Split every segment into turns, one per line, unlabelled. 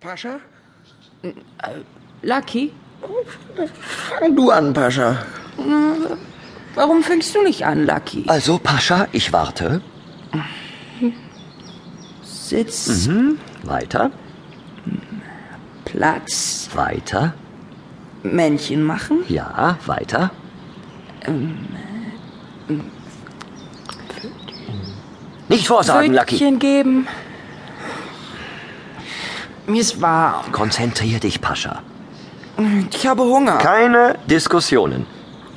Pascha?
Lucky,
Fang du an, Pascha.
warum fängst du nicht an, Lucky?
Also, Pascha, ich warte.
Sitz,
Mhm. Weiter,
Platz,
weiter,
Männchen machen,
ja, weiter. Nicht vorsagen, Lucky.
Brötchen geben. Mir ist warm.
Konzentrier dich, Pascha.
Ich habe Hunger.
Keine Diskussionen.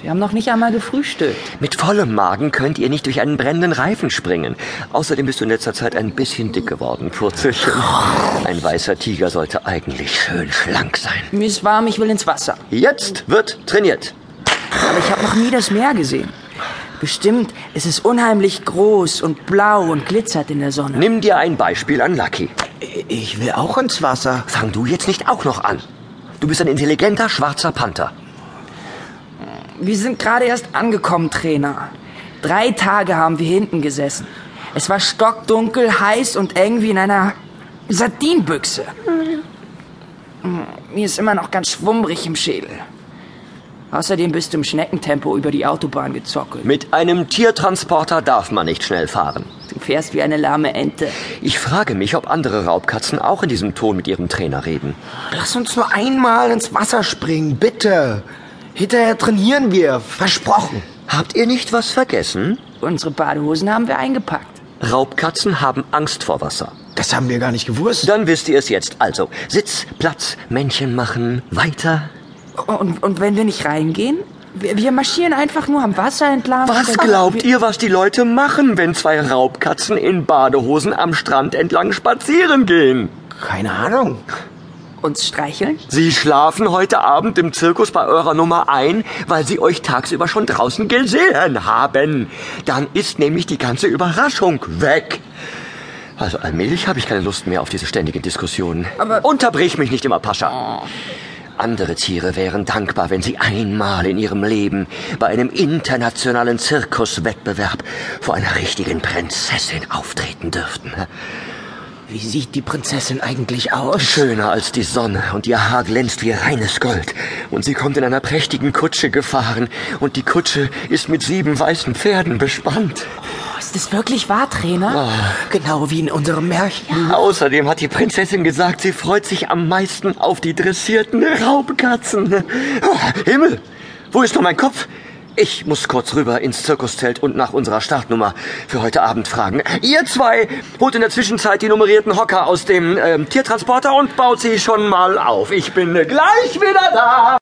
Wir haben noch nicht einmal gefrühstückt.
Mit vollem Magen könnt ihr nicht durch einen brennenden Reifen springen. Außerdem bist du in letzter Zeit ein bisschen dick geworden, Purzelchen. Ein weißer Tiger sollte eigentlich schön schlank sein.
Mir ist warm, ich will ins Wasser.
Jetzt wird trainiert.
Aber ich habe noch nie das Meer gesehen. Bestimmt, es ist unheimlich groß und blau und glitzert in der Sonne.
Nimm dir ein Beispiel an Lucky.
Ich will auch ins Wasser.
Fang du jetzt nicht auch noch an. Du bist ein intelligenter schwarzer Panther.
Wir sind gerade erst angekommen, Trainer. Drei Tage haben wir hinten gesessen. Es war stockdunkel, heiß und eng wie in einer Sardinbüchse. Mir ist immer noch ganz schwummrig im Schädel. Außerdem bist du im Schneckentempo über die Autobahn gezockelt.
Mit einem Tiertransporter darf man nicht schnell fahren.
Du fährst wie eine lahme Ente.
Ich frage mich, ob andere Raubkatzen auch in diesem Ton mit ihrem Trainer reden.
Lass uns nur einmal ins Wasser springen, bitte. Hinterher trainieren wir, versprochen.
Habt ihr nicht was vergessen?
Unsere Badehosen haben wir eingepackt.
Raubkatzen haben Angst vor Wasser.
Das haben wir gar nicht gewusst.
Dann wisst ihr es jetzt. Also, Sitz, Platz, Männchen machen, weiter.
Und, und wenn wir nicht reingehen? Wir, wir marschieren einfach nur am Wasser entlang.
Was
Dann-
glaubt ihr, was die Leute machen, wenn zwei Raubkatzen in Badehosen am Strand entlang spazieren gehen?
Keine Ahnung.
Uns streicheln?
Sie schlafen heute Abend im Zirkus bei eurer Nummer ein, weil sie euch tagsüber schon draußen gesehen haben. Dann ist nämlich die ganze Überraschung weg. Also allmählich habe ich keine Lust mehr auf diese ständigen Diskussionen.
Aber-
Unterbrich mich nicht immer, Pascha. Andere Tiere wären dankbar, wenn sie einmal in ihrem Leben bei einem internationalen Zirkuswettbewerb vor einer richtigen Prinzessin auftreten dürften.
Wie sieht die Prinzessin eigentlich aus?
Schöner als die Sonne und ihr Haar glänzt wie reines Gold. Und sie kommt in einer prächtigen Kutsche gefahren und die Kutsche ist mit sieben weißen Pferden bespannt. Ah.
Ist das wirklich wahr, Trainer?
Genau wie in unserem Märchen.
Außerdem hat die Prinzessin gesagt, sie freut sich am meisten auf die dressierten Raubkatzen. Oh, Himmel, wo ist nur mein Kopf? Ich muss kurz rüber ins Zirkuszelt und nach unserer Startnummer für heute Abend fragen. Ihr zwei holt in der Zwischenzeit die nummerierten Hocker aus dem ähm, Tiertransporter und baut sie schon mal auf. Ich bin äh, gleich wieder da.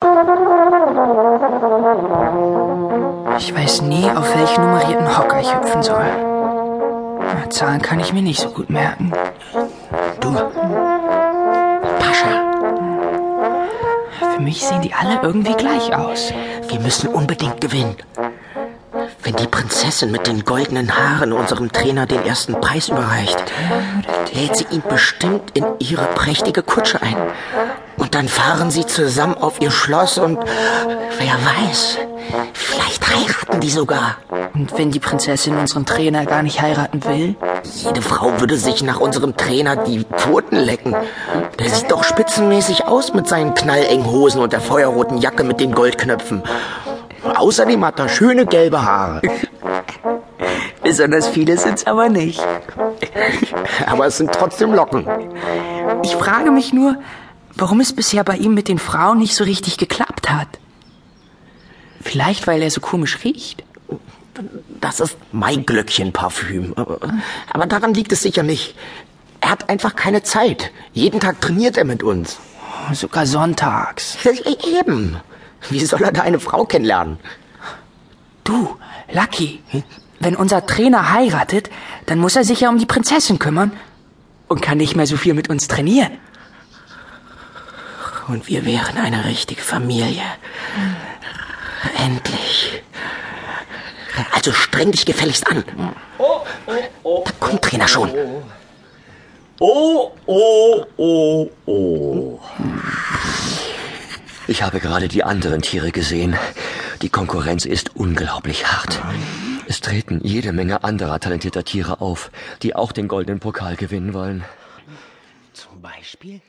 Ich weiß nie, auf welchen nummerierten Hocker ich hüpfen soll. Na, Zahlen kann ich mir nicht so gut merken.
Du. Pascha,
Für mich sehen die alle irgendwie gleich aus.
wir müssen unbedingt gewinnen. Wenn die Prinzessin mit den goldenen Haaren unserem Trainer den ersten Preis überreicht, lädt sie ihn bestimmt in ihre prächtige Kutsche ein. Und dann fahren sie zusammen auf ihr Schloss und wer weiß, vielleicht heiraten die sogar.
Und wenn die Prinzessin unseren Trainer gar nicht heiraten will?
Jede Frau würde sich nach unserem Trainer die Pfoten lecken. Der sieht doch spitzenmäßig aus mit seinen knallengen Hosen und der feuerroten Jacke mit den Goldknöpfen. Außerdem hat er schöne gelbe Haare.
Besonders viele sind's aber nicht.
Aber es sind trotzdem Locken.
Ich frage mich nur, warum es bisher bei ihm mit den Frauen nicht so richtig geklappt hat. Vielleicht, weil er so komisch riecht.
Das ist mein Glöckchenparfüm. Aber daran liegt es sicher nicht. Er hat einfach keine Zeit. Jeden Tag trainiert er mit uns.
Sogar sonntags.
Eben. Wie soll er da eine Frau kennenlernen?
Du, Lucky, wenn unser Trainer heiratet, dann muss er sich ja um die Prinzessin kümmern und kann nicht mehr so viel mit uns trainieren.
Und wir wären eine richtige Familie. Endlich. Also streng dich gefälligst an. Da kommt Trainer schon.
Oh, oh, oh, oh. Ich habe gerade die anderen Tiere gesehen. Die Konkurrenz ist unglaublich hart. Es treten jede Menge anderer talentierter Tiere auf, die auch den goldenen Pokal gewinnen wollen.
Zum Beispiel?